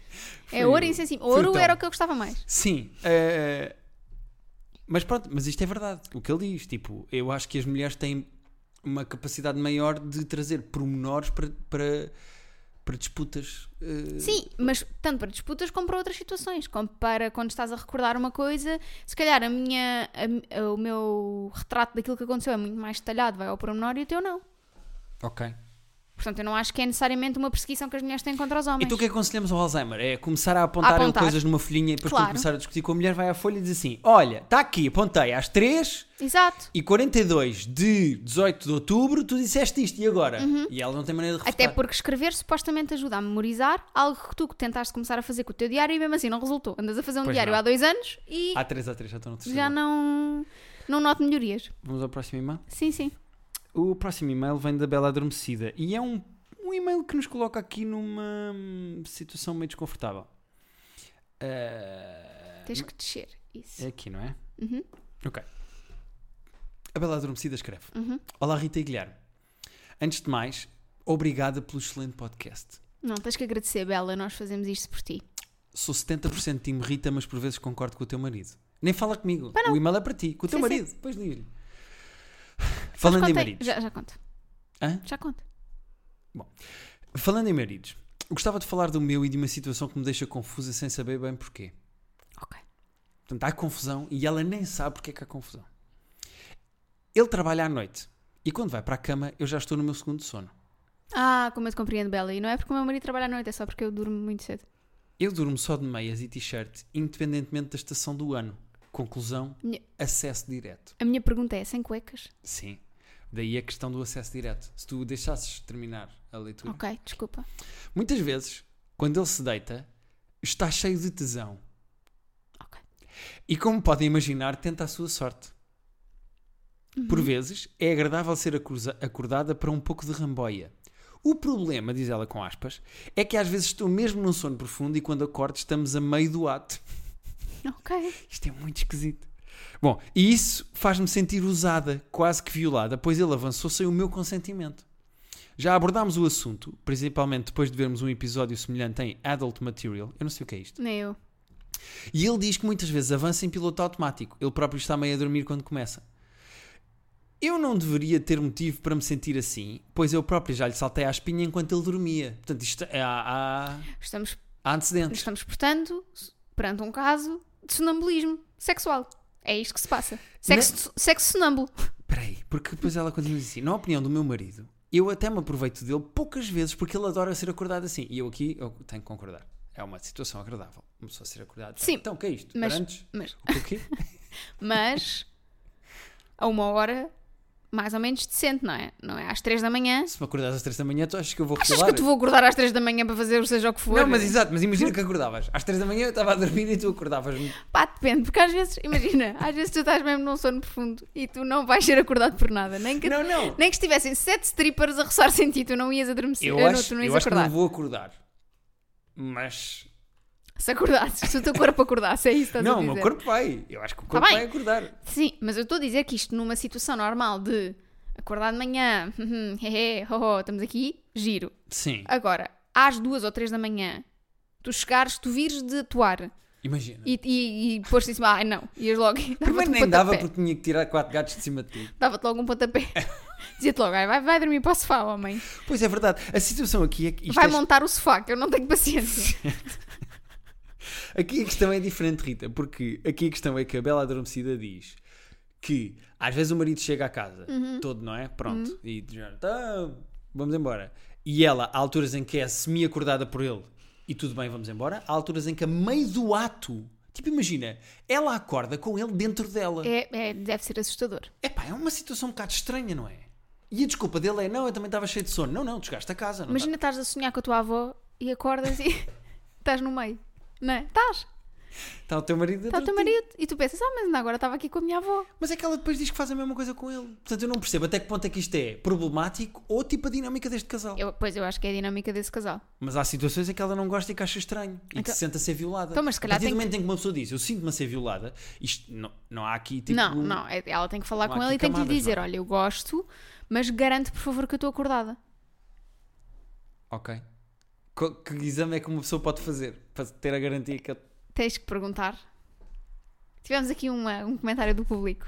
B: Foi
A: É ouro
B: o-
A: e incenso.
B: foi o
A: Ouro
B: Tom.
A: era o que eu gostava mais.
B: Sim. eh, Mas pronto, mas isto é verdade. O que ele diz. Tipo, eu acho que as mulheres têm uma capacidade maior de trazer pormenores para, para, para disputas. eh,
A: Sim, mas tanto para disputas como para outras situações. Como para quando estás a recordar uma coisa, se calhar a minha, a- o meu retrato daquilo que aconteceu é muito mais detalhado, vai ao pormenor e o teu não.
B: Ok.
A: Portanto, eu não acho que é necessariamente uma perseguição que as mulheres têm contra os homens.
B: Então o que é que aconselhamos ao Alzheimer? É começar a apontar,
A: A apontar.
B: coisas numa folhinha e depois quando
A: Claro.
B: começar a discutir com a mulher vai à folha e diz assim, olha, está aqui, apontei às 3
A: Exato.
B: e 42 de 18 de outubro tu disseste isto e agora? E ela não tem maneira de refutar.
A: Uhum. Até porque escrever supostamente ajuda a memorizar algo que tu que tentaste começar a fazer com o teu diário e mesmo assim não resultou. Andas a fazer um
B: Pois
A: diário
B: não.
A: há dois anos e
B: Há um. 3 a 3, ah, já estou no terceiro.
A: já não, não noto melhorias.
B: Vamos ao próximo e-mail?
A: Sim, sim.
B: O próximo e-mail vem da Bela Adormecida e é um, um e-mail que nos coloca aqui numa hum, situação meio desconfortável. Ah,
A: Tens que descer. Isso.
B: É aqui, não é?
A: Uhum.
B: Ok. A Bela Adormecida escreve.
A: Uhum.
B: Olá, Rita e Guilherme. Antes de mais, obrigada pelo excelente podcast.
A: Não, tens que agradecer, Bela, nós fazemos isto por ti.
B: Sou 70% time Rita, mas por vezes concordo com o teu marido. Nem fala comigo.
A: Pá, não.
B: O e-mail é para ti, com o teu
A: Sim, sim.
B: marido. Pois diz-lhe.
A: Sabes
B: Falando em
A: quanto é-
B: maridos.
A: Já, já conto.
B: Hã?
A: Já conto.
B: Falando em maridos, gostava de falar do meu e de uma situação que me deixa confusa sem saber bem porquê.
A: Ok.
B: Portanto, há confusão e ela nem sabe porque é que há confusão. Ele trabalha à noite e quando vai para a cama eu já estou no meu segundo sono.
A: Ah, como eu te compreendo, Bela. E não é porque o meu marido trabalha à noite, é só porque eu durmo muito cedo.
B: Eu durmo só de meias e t-shirt, independentemente da estação do ano. Conclusão:
A: Minha-
B: acesso direto.
A: A minha pergunta é: sem cuecas?
B: Sim. Daí a questão do acesso direto. Se tu deixasses terminar a leitura.
A: Ok, desculpa.
B: Muitas vezes, quando ele se deita, está cheio de tesão.
A: Ok. <laughs>
B: E como podem imaginar, tenta a sua sorte. Por vezes, é agradável ser acusa- acordada para um pouco de ramboia. O problema, diz ela com aspas, é que às vezes estou mesmo num sono profundo e quando acordo estamos a meio do ato.
A: Ok.
B: Isto é muito esquisito. Bom, e isso faz-me sentir usada, quase que violada, pois ele avançou sem o meu consentimento. Já abordámos o assunto, principalmente depois de vermos um episódio semelhante em Adult Material, eu não sei o que é isto,
A: Nem eu.
B: e ele diz que muitas vezes avança em piloto automático, ele próprio está meio a dormir quando começa. Eu não deveria ter motivo para me sentir assim, pois eu próprio já lhe saltei à espinha enquanto ele dormia. Portanto, isto é, há, há-
A: Estamos
B: há antecedentes.
A: Estamos, portanto, perante um caso de sonambulismo sexual. É isto que se passa. Sexo, sexo sonâmbulo.
B: Peraí, porque depois ela continua assim: na opinião do meu marido, eu até me aproveito dele poucas vezes porque ele adora ser acordado assim. E eu aqui eu tenho que concordar. É uma situação agradável. Uma pessoa ser acordada.
A: Sim,
B: Então, o que é isto?
A: mas-
B: Parantes?
A: Mas,
B: O quê?
A: mas a uma hora mais ou menos decente, não é? Não é? Às três da manhã.
B: Se me acordares às três da manhã, tu achas que eu vou
A: Achas
B: recular?
A: que eu te vou acordar às três da manhã para fazer o seja o que for?
B: Não, mas exato, mas imagina que acordavas. Às 3 da manhã eu estava a dormir e tu acordavas-me.
A: Pá, depende, porque às vezes,
B: <laughs>
A: imagina, às vezes tu estás mesmo num sono profundo e tu não vais ser acordado por nada. Nem <laughs> que,
B: Não, não.
A: nem que estivessem sete strippers a roçar sem ti, tu não ias adormecer.
B: Eu
A: Ah, não,
B: acho,
A: tu não ias
B: eu acho que
A: acordar.
B: não vou acordar. Mas.
A: Se acordasses, se o teu corpo acordasse, é isso que estás a
B: não, o
A: dizer. Tá
B: meu corpo vai. Eu acho que o corpo
A: bem.
B: vai acordar.
A: Sim, mas eu estou a dizer que isto numa situação normal de acordar de manhã, <laughs> hum, hehe, ho, ho, estamos aqui, giro.
B: Sim.
A: Agora, às duas ou três da manhã, tu chegares, tu vires de atuar
B: Imagina.
A: e, e, e pôs-te em cima, ai não, ias logo <laughs> e dava-te
B: Primeiro
A: um
B: nem dava
A: pontapé.
B: porque tinha que tirar quatro gatos de cima de ti.
A: Dava-te logo um pontapé. <laughs> Dizia-te logo, "Ai, vai, vai dormir para o sofá, homem.
B: Pois é verdade. A situação aqui é que isto
A: vai
B: é-
A: montar o sofá, que eu não tenho paciência.
B: <laughs> aqui a questão é diferente, Rita, porque aqui a questão é que a Bela Adormecida diz que às vezes o marido chega à casa
A: Uhum.
B: todo, não é? Pronto, e já tá, vamos embora. E ela, há alturas em que é semi-acordada por ele e tudo bem, vamos embora. Há alturas em que a meio do ato, tipo, imagina, ela acorda com ele dentro dela.
A: É, é, deve ser assustador.
B: Epá, é uma situação um bocado estranha, não é? E a desculpa dele é, não, eu também estava cheio de sono. Não, não, desgaste a casa. Não tá-
A: Imagina estás a sonhar com a tua avó e acordas e <laughs> estás no meio. Não é?
B: Tá
A: Estás,
B: Está o teu marido
A: está
B: atrás
A: tá o teu
B: de ti.
A: marido. E tu pensas, ah, mas ainda agora estava aqui com a minha avó.
B: Mas é que ela depois diz que faz a mesma coisa com ele. Portanto, eu não percebo até que ponto é que isto é problemático ou tipo a dinâmica deste casal.
A: Eu, pois eu acho que é a dinâmica desse casal.
B: Mas há situações em que ela não gosta e que acha estranho e que
A: Então-
B: se sente a ser violada.
A: Então, mas se
B: a
A: calhar
B: partir do
A: tem
B: momento em que uma pessoa diz eu sinto-me a ser violada, isto não, não há aqui tipo.
A: não,
B: um-
A: não, é- ela tem que falar
B: não há
A: com ele
B: aqui
A: e tem que lhe
B: camadas,
A: dizer:
B: não.
A: olha, eu gosto, mas garante por favor que eu estou acordada.
B: Ok. Co- Que exame é que uma pessoa pode fazer para ter a garantia que. ele-
A: Tens que perguntar. Tivemos aqui uma- um comentário do
B: <laughs>
A: público.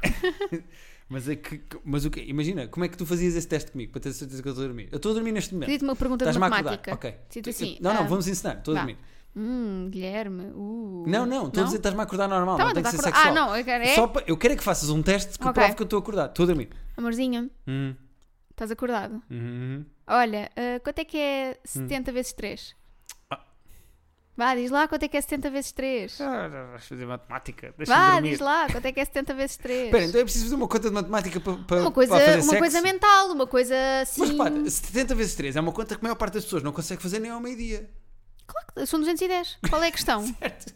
B: Mas, é que, que- mas o que Imagina, como é que tu fazias esse teste comigo para ter certeza que eu estou a dormir? Eu estou a dormir neste momento.
A: Pedi-te uma pergunta de
B: Estás-me a acordar.
A: matemática.
B: Ok.
A: Dizia-te assim,
B: Eu- não, não,
A: ah,
B: vamos ensinar. Estou a
A: vá.
B: dormir.
A: Hum, Guilherme, uh.
B: Não, não, estou a dizer estás-me a acordar normal.
A: Tá
B: não
A: bem,
B: tem que
A: estás
B: ser
A: a acordar.
B: sexual.
A: Ah, não, eu quero- é?
B: Só para- eu quero é que faças um teste que
A: Ok.
B: prove que eu estou acordado. Estou a dormir.
A: Amorzinho,
B: Hum,
A: estás acordado?
B: hum.
A: Olha, ah, quanto é que é 70 vezes 3?
B: Ah.
A: Vá, diz lá quanto é que é 70 vezes 3.
B: Ah, vais fazer matemática. Deixa-me
A: Vá,
B: Assim dormir.
A: diz lá quanto é que é 70 vezes 3.
B: Espera, então é preciso fazer uma conta de matemática para, para,
A: uma coisa,
B: para fazer
A: uma
B: sexo?
A: coisa mental, uma coisa assim.
B: Mas repara, 70 vezes 3 é uma conta que a maior parte das pessoas não consegue fazer nem ao meio-dia.
A: Claro que são 210. Qual é a questão?
B: <laughs> Certo.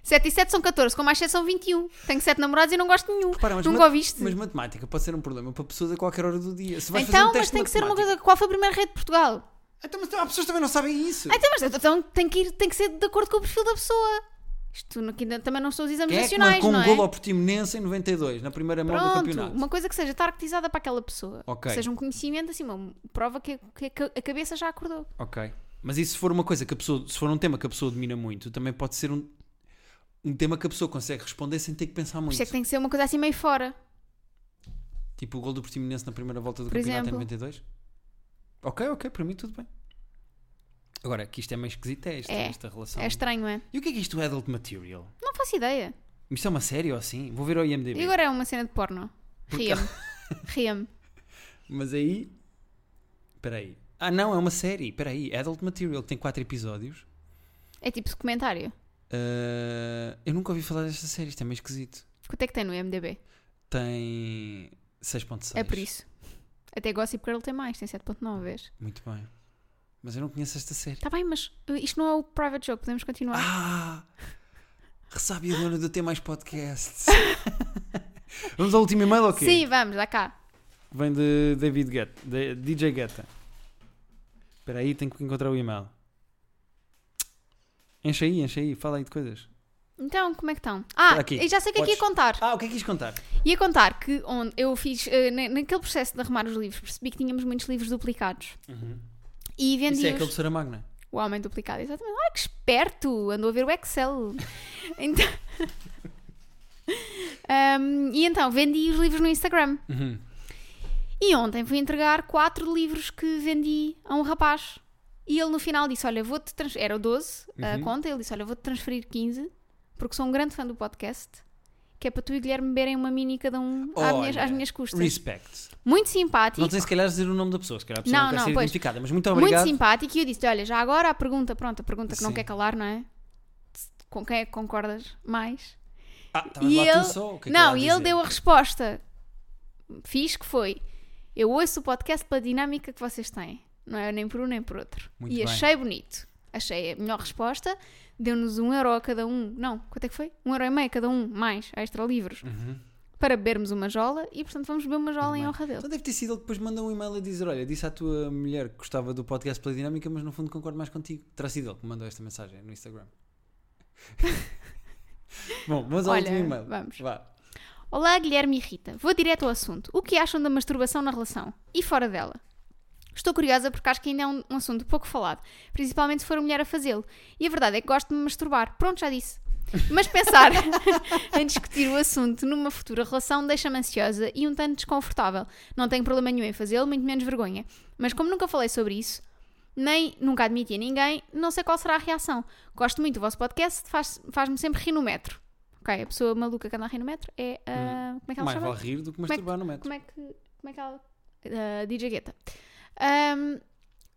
A: 7 e 7 são 14, com mais 7 são 21. Tenho 7 namorados e não gosto de nenhum.
B: Repara, mas
A: Nunca
B: mat-
A: ouviste?
B: Mas matemática pode ser um problema para pessoas a qualquer hora do dia. Se vais fazer
A: então,
B: um
A: mas
B: teste
A: tem
B: de
A: que ser uma
B: matemática-
A: coisa. Qual foi a primeira rede de Portugal?
B: Então, mas há pessoas que também não sabem isso.
A: Ah, Então, mas então tem que, ir, tem que ser de acordo com o perfil da pessoa. Isto no- que ainda- também não são os exames
B: Quem é que
A: nacionais,
B: marcou
A: não
B: um
A: é?
B: golo ao Portimonense em 92, na primeira mão do
A: Pronto,
B: campeonato?
A: uma coisa que seja targetizada para aquela pessoa.
B: Ok.
A: Que Seja um conhecimento, assim, uma prova que, que a cabeça já acordou.
B: Ok. Mas e se for uma coisa que a pessoa, se for um tema que a pessoa domina muito, também pode ser um, um tema que a pessoa consegue responder sem ter que pensar
A: Por
B: muito.
A: isso é que tem que ser uma coisa assim meio fora.
B: Tipo o gol do Portimonense na primeira volta do
A: Por
B: campeonato
A: exemplo.
B: em 92? Ok, ok, para mim tudo bem. Agora, que isto é meio esquisito, é esta,
A: É.
B: esta relação.
A: É estranho, é?
B: E o que é que isto é adult material?
A: Não faço ideia.
B: Isto é uma série ou assim? Vou ver ao IMDb.
A: E agora é uma cena de porno. Ria-me.
B: <laughs>
A: Ria-me.
B: Mas aí. Espera aí. Ah, não, é uma série. Espera aí. Adult Material tem 4 episódios.
A: É tipo esse comentário.
B: Ah, eu nunca ouvi falar desta série, isto é meio esquisito.
A: Quanto é que tem no MDB?
B: Tem 6.6.
A: É por isso. Até Gossip Girl tem mais, tem 7.9 vezes.
B: Muito bem. Mas eu não conheço esta série.
A: Está bem, mas uh, isto não é o private joke, podemos continuar.
B: Ah! Ressabe a dona do T
A: <laughs>
B: mais podcasts. Vamos ao último e-mail ou quê?
A: Sim, vamos, dá cá.
B: Vem de David Guetta. de DJ Guetta. Espera aí, tenho que encontrar o e-mail. Enche aí, enche aí. Fala aí de coisas.
A: Então, como é que estão? Ah,
B: Por aqui.
A: e já sei o que é que ia
B: Podes.
A: contar.
B: Ah, o que é que quis contar?
A: Ia contar que onde eu fiz, eh, na- naquele processo de arrumar os livros, percebi que tínhamos muitos livros duplicados. E
B: Uhum. Isso
A: vendi
B: é aquele de Sra. Magna.
A: O homem duplicado, exatamente. Ai, que esperto! Andou a ver o
B: <laughs>
A: Excel. Então... Ahm, e então, vendi os livros no Instagram.
B: Uhum.
A: E ontem fui entregar quatro livros que vendi a um rapaz. E ele no final disse: Olha, vou-te transferir. Era o 12 a
B: Uhum.
A: conta. Ele disse: Olha, vou-te transferir 15, porque sou um grande fã do podcast. Que é para tu e Guilherme beberem uma mini cada um às minhas,
B: Olha,
A: às minhas custas.
B: Respect.
A: Muito simpático.
B: Não tem se calhar dizer o nome da pessoa, se calhar a pessoa não,
A: Não,
B: quer
A: não,
B: ser
A: pois.
B: identificada, mas muito
A: Muito
B: obrigado.
A: simpático. E eu disse: Olha, já agora a pergunta, pronto, a pergunta que não
B: Sim.
A: quer calar, não é? Com quem é que concordas mais?
B: Ah, estavas
A: E
B: lá
A: ele-
B: tu só. O que é que
A: não,
B: há a
A: e
B: dizer?
A: ele deu a resposta. Fiz que foi: Eu ouço o podcast pela dinâmica que vocês têm. Não é nem por um nem por outro.
B: Muito
A: e
B: bem.
A: achei bonito. Achei a melhor resposta. Deu-nos um euro a cada um. Não, quanto é que foi? Um euro e meio a cada um, mais, extra livros.
B: Uhum.
A: Para bebermos uma jola e, portanto, vamos beber uma jola
B: Muito
A: em
B: bem.
A: honra dele.
B: Então deve ter sido ele que depois mandou um e-mail a dizer: Olha, disse à tua mulher que gostava do podcast pela dinâmica, mas no fundo concordo mais contigo. Terá sido ele que mandou esta mensagem
A: <laughs>
B: no Instagram. Bom, vamos ao
A: Olha,
B: último e-mail.
A: vamos.
B: Vá.
A: Olá, Guilherme e Rita. Vou direto ao assunto. O que acham da masturbação na relação? E fora dela? Estou curiosa porque acho que ainda é um, um assunto pouco falado, principalmente se for mulher a fazê-lo. E a verdade é que gosto de me masturbar. Pronto, já disse. Mas pensar <laughs> em discutir o assunto numa futura relação deixa-me ansiosa e um tanto desconfortável. Não tenho problema nenhum em fazê-lo, muito menos vergonha. Mas como nunca falei sobre isso, nem nunca admiti a ninguém, não sei qual será a reação. Gosto muito do vosso podcast, faz- faz-me sempre rir no metro. Ok, a pessoa maluca que anda a rir no metro é. ah, como é que ela se
B: Mais
A: chama?
B: vale rir do que
A: é que-
B: masturbar no metro.
A: Como é que, como é que ela. Ah, DJ Guetta. Ahm,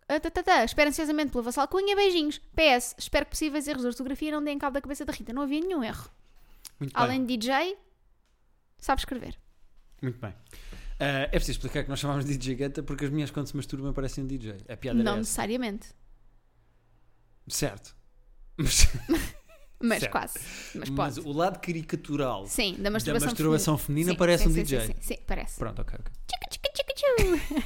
A: ah, tá, tá, tá. Espero ansiosamente pela vossa alcunha. Beijinhos. PS. Espero que possíveis erros de ortografia não deem cabo da cabeça da Rita. Não havia nenhum erro.
B: Muito bem.
A: Além de DJ, sabe escrever.
B: Muito bem. Ah, é preciso explicar que nós chamamos de DJ Guetta porque as minhas quando se masturbam parecem um DJ. A piada
A: não
B: era essa.
A: necessariamente.
B: Certo. Mas,
A: Mas
B: Certo.
A: quase. Mas
B: <laughs> mas
A: pode.
B: o lado caricatural
A: Sim, da
B: da
A: masturbação,
B: masturbação feminina
A: Sim,
B: parece
A: sim,
B: um
A: sim,
B: DJ.
A: Sim, sim, sim, parece.
B: Pronto, ok, ok.
A: Tchica, tchica, tchica, tchiu.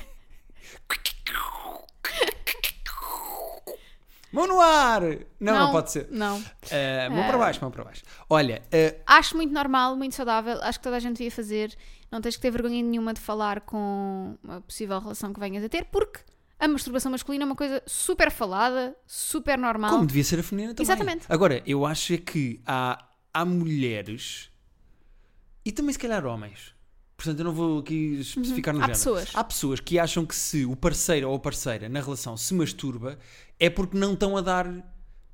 B: Mão no ar! Não, não, pode ser.
A: Não.
B: Ah, mão
A: Ah.
B: para baixo, mão para baixo. Olha, ah,
A: Acho muito normal, muito saudável. Acho que toda a gente devia fazer. Não tens que ter vergonha nenhuma de falar com a possível relação que venhas a ter, porque a masturbação masculina é uma coisa super falada, super normal.
B: como devia ser a feminina também.
A: Ah. Exatamente.
B: Agora, eu acho é que há, há mulheres e também se calhar homens. Portanto, eu não vou aqui especificar no
A: Uhum. Há
B: género.
A: pessoas.
B: Há pessoas que acham que se o parceiro ou a parceira na relação se masturba é porque não estão a dar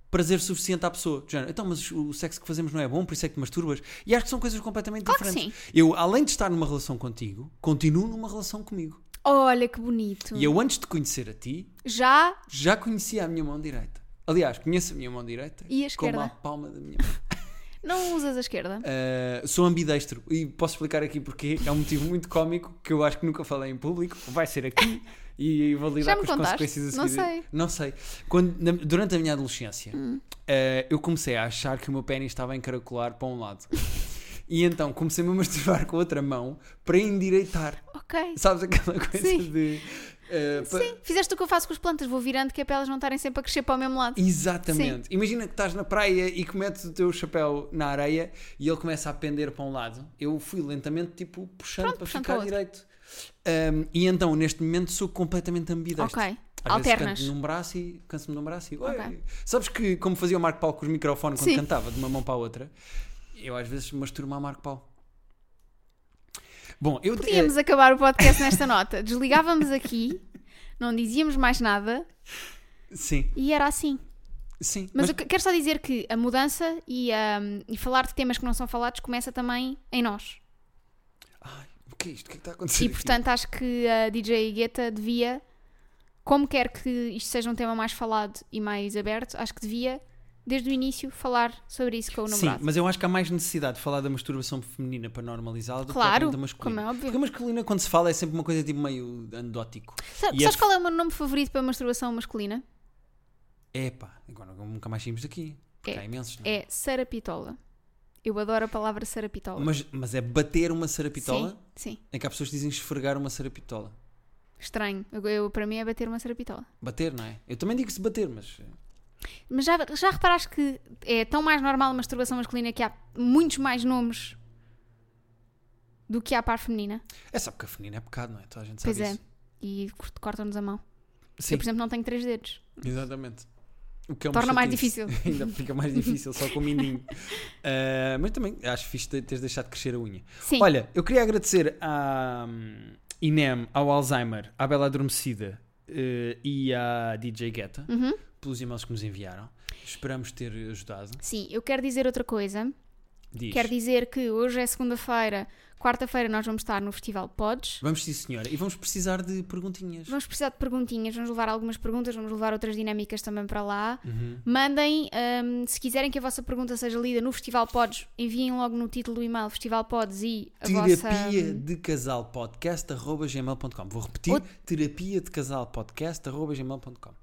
B: prazer suficiente à pessoa. Do género, então, mas o sexo que fazemos não é bom, por isso é que te masturbas. E acho que são coisas completamente
A: Claro que
B: diferentes. Eu, além de estar numa relação contigo, continuo numa relação comigo.
A: Olha que bonito.
B: E eu, antes de conhecer a ti,
A: Já
B: já conhecia a minha mão direita. Aliás, conheço a minha mão direita
A: E a
B: como
A: esquerda?
B: a palma da minha mão. <laughs>
A: não usas a esquerda.
B: Uh, sou ambidextro e posso explicar aqui porque é um motivo muito cómico que eu acho que nunca falei em público. Vai ser aqui e vou lidar
A: me
B: com as
A: contaste?
B: consequências a
A: Não
B: seguir.
A: sei. Hum.
B: Não sei. Quando, na- durante a minha adolescência, uh, eu comecei a achar que o meu pênis estava a encaracolar para um lado. E então comecei-me a masturbar com a outra mão para endireitar.
A: Ok.
B: Sabes aquela coisa
A: Sim.
B: de. uh, pa-
A: Sim, fizeste o que eu faço com as plantas, vou virando que é para elas não estarem sempre a crescer para o mesmo lado.
B: Exatamente. Imagina que estás na praia e que metes o teu chapéu na areia e ele começa a pender para um lado. Eu fui lentamente, tipo, puxando
A: Pronto,
B: para
A: puxando
B: ficar
A: para o outro.
B: direito. Um, e então, neste momento, sou completamente ambidestro.
A: Ok.
B: Às vezes
A: Alternas.
B: canto num braço e canso-me num braço e.
A: Ok.
B: Oi. Sabes que, como fazia o Marco Paulo com os microfones quando
A: Sim.
B: cantava, de uma mão para a outra, eu às vezes masturbo a Marco Paulo. Bom, eu.
A: Podíamos acabar o podcast nesta nota. Desligávamos aqui, não dizíamos mais nada
B: eh, sim,
A: e era assim.
B: sim.
A: Mas,
B: mas-
A: eu que- quero só dizer que a mudança e, hum, e falar de temas que não são falados começa também em nós.
B: Ai, o que é isto? O que é que está a acontecer?
A: E
B: aqui?
A: portanto acho que a DJ Guetta devia, como quer que isto seja um tema mais falado e mais aberto, acho que devia, desde o início, falar sobre isso com o
B: Sim,
A: namorado.
B: mas eu acho que há mais necessidade de falar da masturbação feminina para normalizá-la do
A: Claro,
B: que propriamente da masculina.
A: como é óbvio.
B: Porque a masculina, quando se fala, é sempre uma coisa tipo meio anedótico.
A: Sa-
B: e
A: Sabes
B: a-
A: qual é o meu nome favorito para masturbação masculina?
B: Epá, agora nunca mais saímos daqui. Porque
A: É.
B: há imensos. não é?
A: É Sarapitola. Eu adoro a palavra Sarapitola.
B: Mas, mas é bater uma sarapitola?
A: Sim, sim.
B: É que há pessoas que dizem esfregar uma sarapitola.
A: Estranho. Eu, eu- para mim é bater uma Sarapitola.
B: Bater, não é? Eu também digo se bater, mas.
A: Mas já, já reparaste que é tão mais normal a masturbação masculina que há muitos mais nomes do que há par feminina?
B: É só porque a feminina é pecado, não é? Toda a gente sabe
A: Pois é.
B: isso.
A: E cort- cortam-nos a mão.
B: Sim,
A: Eu, por exemplo, não tenho três dedos.
B: exatamente. O que é uma
A: Torna mais
B: chatice.
A: difícil.
B: <laughs> Ainda fica mais difícil só com o mindinho.
A: <laughs>
B: Ah, mas também acho fixe de teres deixado de crescer a unha.
A: Sim.
B: Olha, eu queria agradecer à hum, Inem, ao Alzheimer, à Bela Adormecida eh, e à DJ Guetta
A: Uhum.
B: pelos e-mails que nos enviaram. Esperamos ter ajudado.
A: Sim, eu quero dizer outra coisa.
B: Diz.
A: Quero dizer que hoje é segunda-feira, quarta-feira nós vamos estar no Festival Pods.
B: Vamos sim, senhora. E vamos precisar de perguntinhas.
A: Vamos precisar de perguntinhas, vamos levar algumas perguntas, vamos levar outras dinâmicas também para lá.
B: Uhum.
A: Mandem, hum, se quiserem que a vossa pergunta seja lida no Festival Pods, enviem logo no título do e-mail Festival Pods e a vossa.
B: Terapia de Casal Podcast arroba gmail.com. Vou repetir:
A: Ou-
B: terapia de Casal Podcast arroba gmail.com.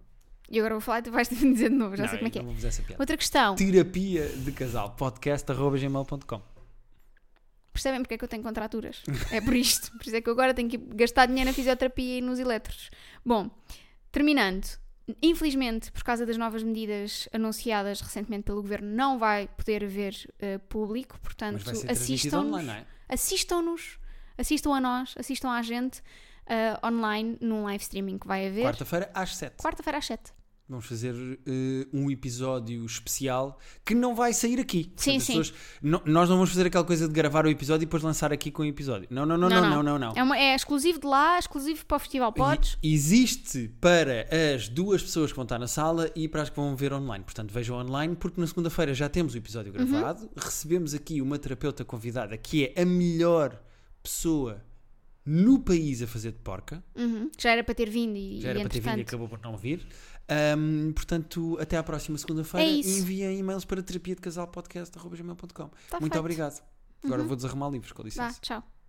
A: E agora vou falar e tu vais <laughs> dizer de novo, já
B: Não,
A: sei como é que
B: eu
A: é.
B: Não vou fazer essa piada.
A: Outra questão,
B: Terapia de Casal Podcast arroba gmail.com.
A: percebem porque é que eu tenho contraturas? É por isto, por isso é que eu agora tenho que gastar dinheiro na fisioterapia e nos eletros. Bom, terminando, infelizmente, por causa das novas medidas anunciadas recentemente pelo governo, não vai poder haver eh, público,
B: Mas
A: portanto,
B: vai ser transmitido
A: assistam-nos.
B: online, não é?
A: assistam-nos, assistam a nós, assistam à gente ah, online num live streaming que vai haver.
B: Quarta-feira às 7.
A: Quarta-feira às 7.
B: Vamos fazer eh, um episódio especial que não vai sair aqui. Portanto,
A: Sim,
B: as
A: sim.
B: pessoas- no- nós não vamos fazer aquela coisa de gravar o episódio e depois lançar aqui com o episódio. Não, não, não, não, não, não. não,
A: É, uma- é exclusivo de lá, exclusivo para o Festival Pods.
B: E- Existe para as duas pessoas que vão estar na sala e para as que vão ver online. Portanto, vejam online, porque na segunda-feira já temos o episódio
A: Uhum.
B: gravado. Recebemos aqui uma terapeuta convidada que é a melhor pessoa no país a fazer de porca.
A: Uhum. Já era para ter vindo e,
B: Já era
A: e
B: para ter vindo e
A: entretanto.
B: acabou por não vir. Ahm, portanto, até à próxima segunda-feira.
A: É isso.
B: Enviem e-mails para terapia de casal podcast.com.
A: Tá
B: Muito
A: feito.
B: obrigado. Agora vou desarrumar livros, com
A: Vá,
B: licença.
A: tchau.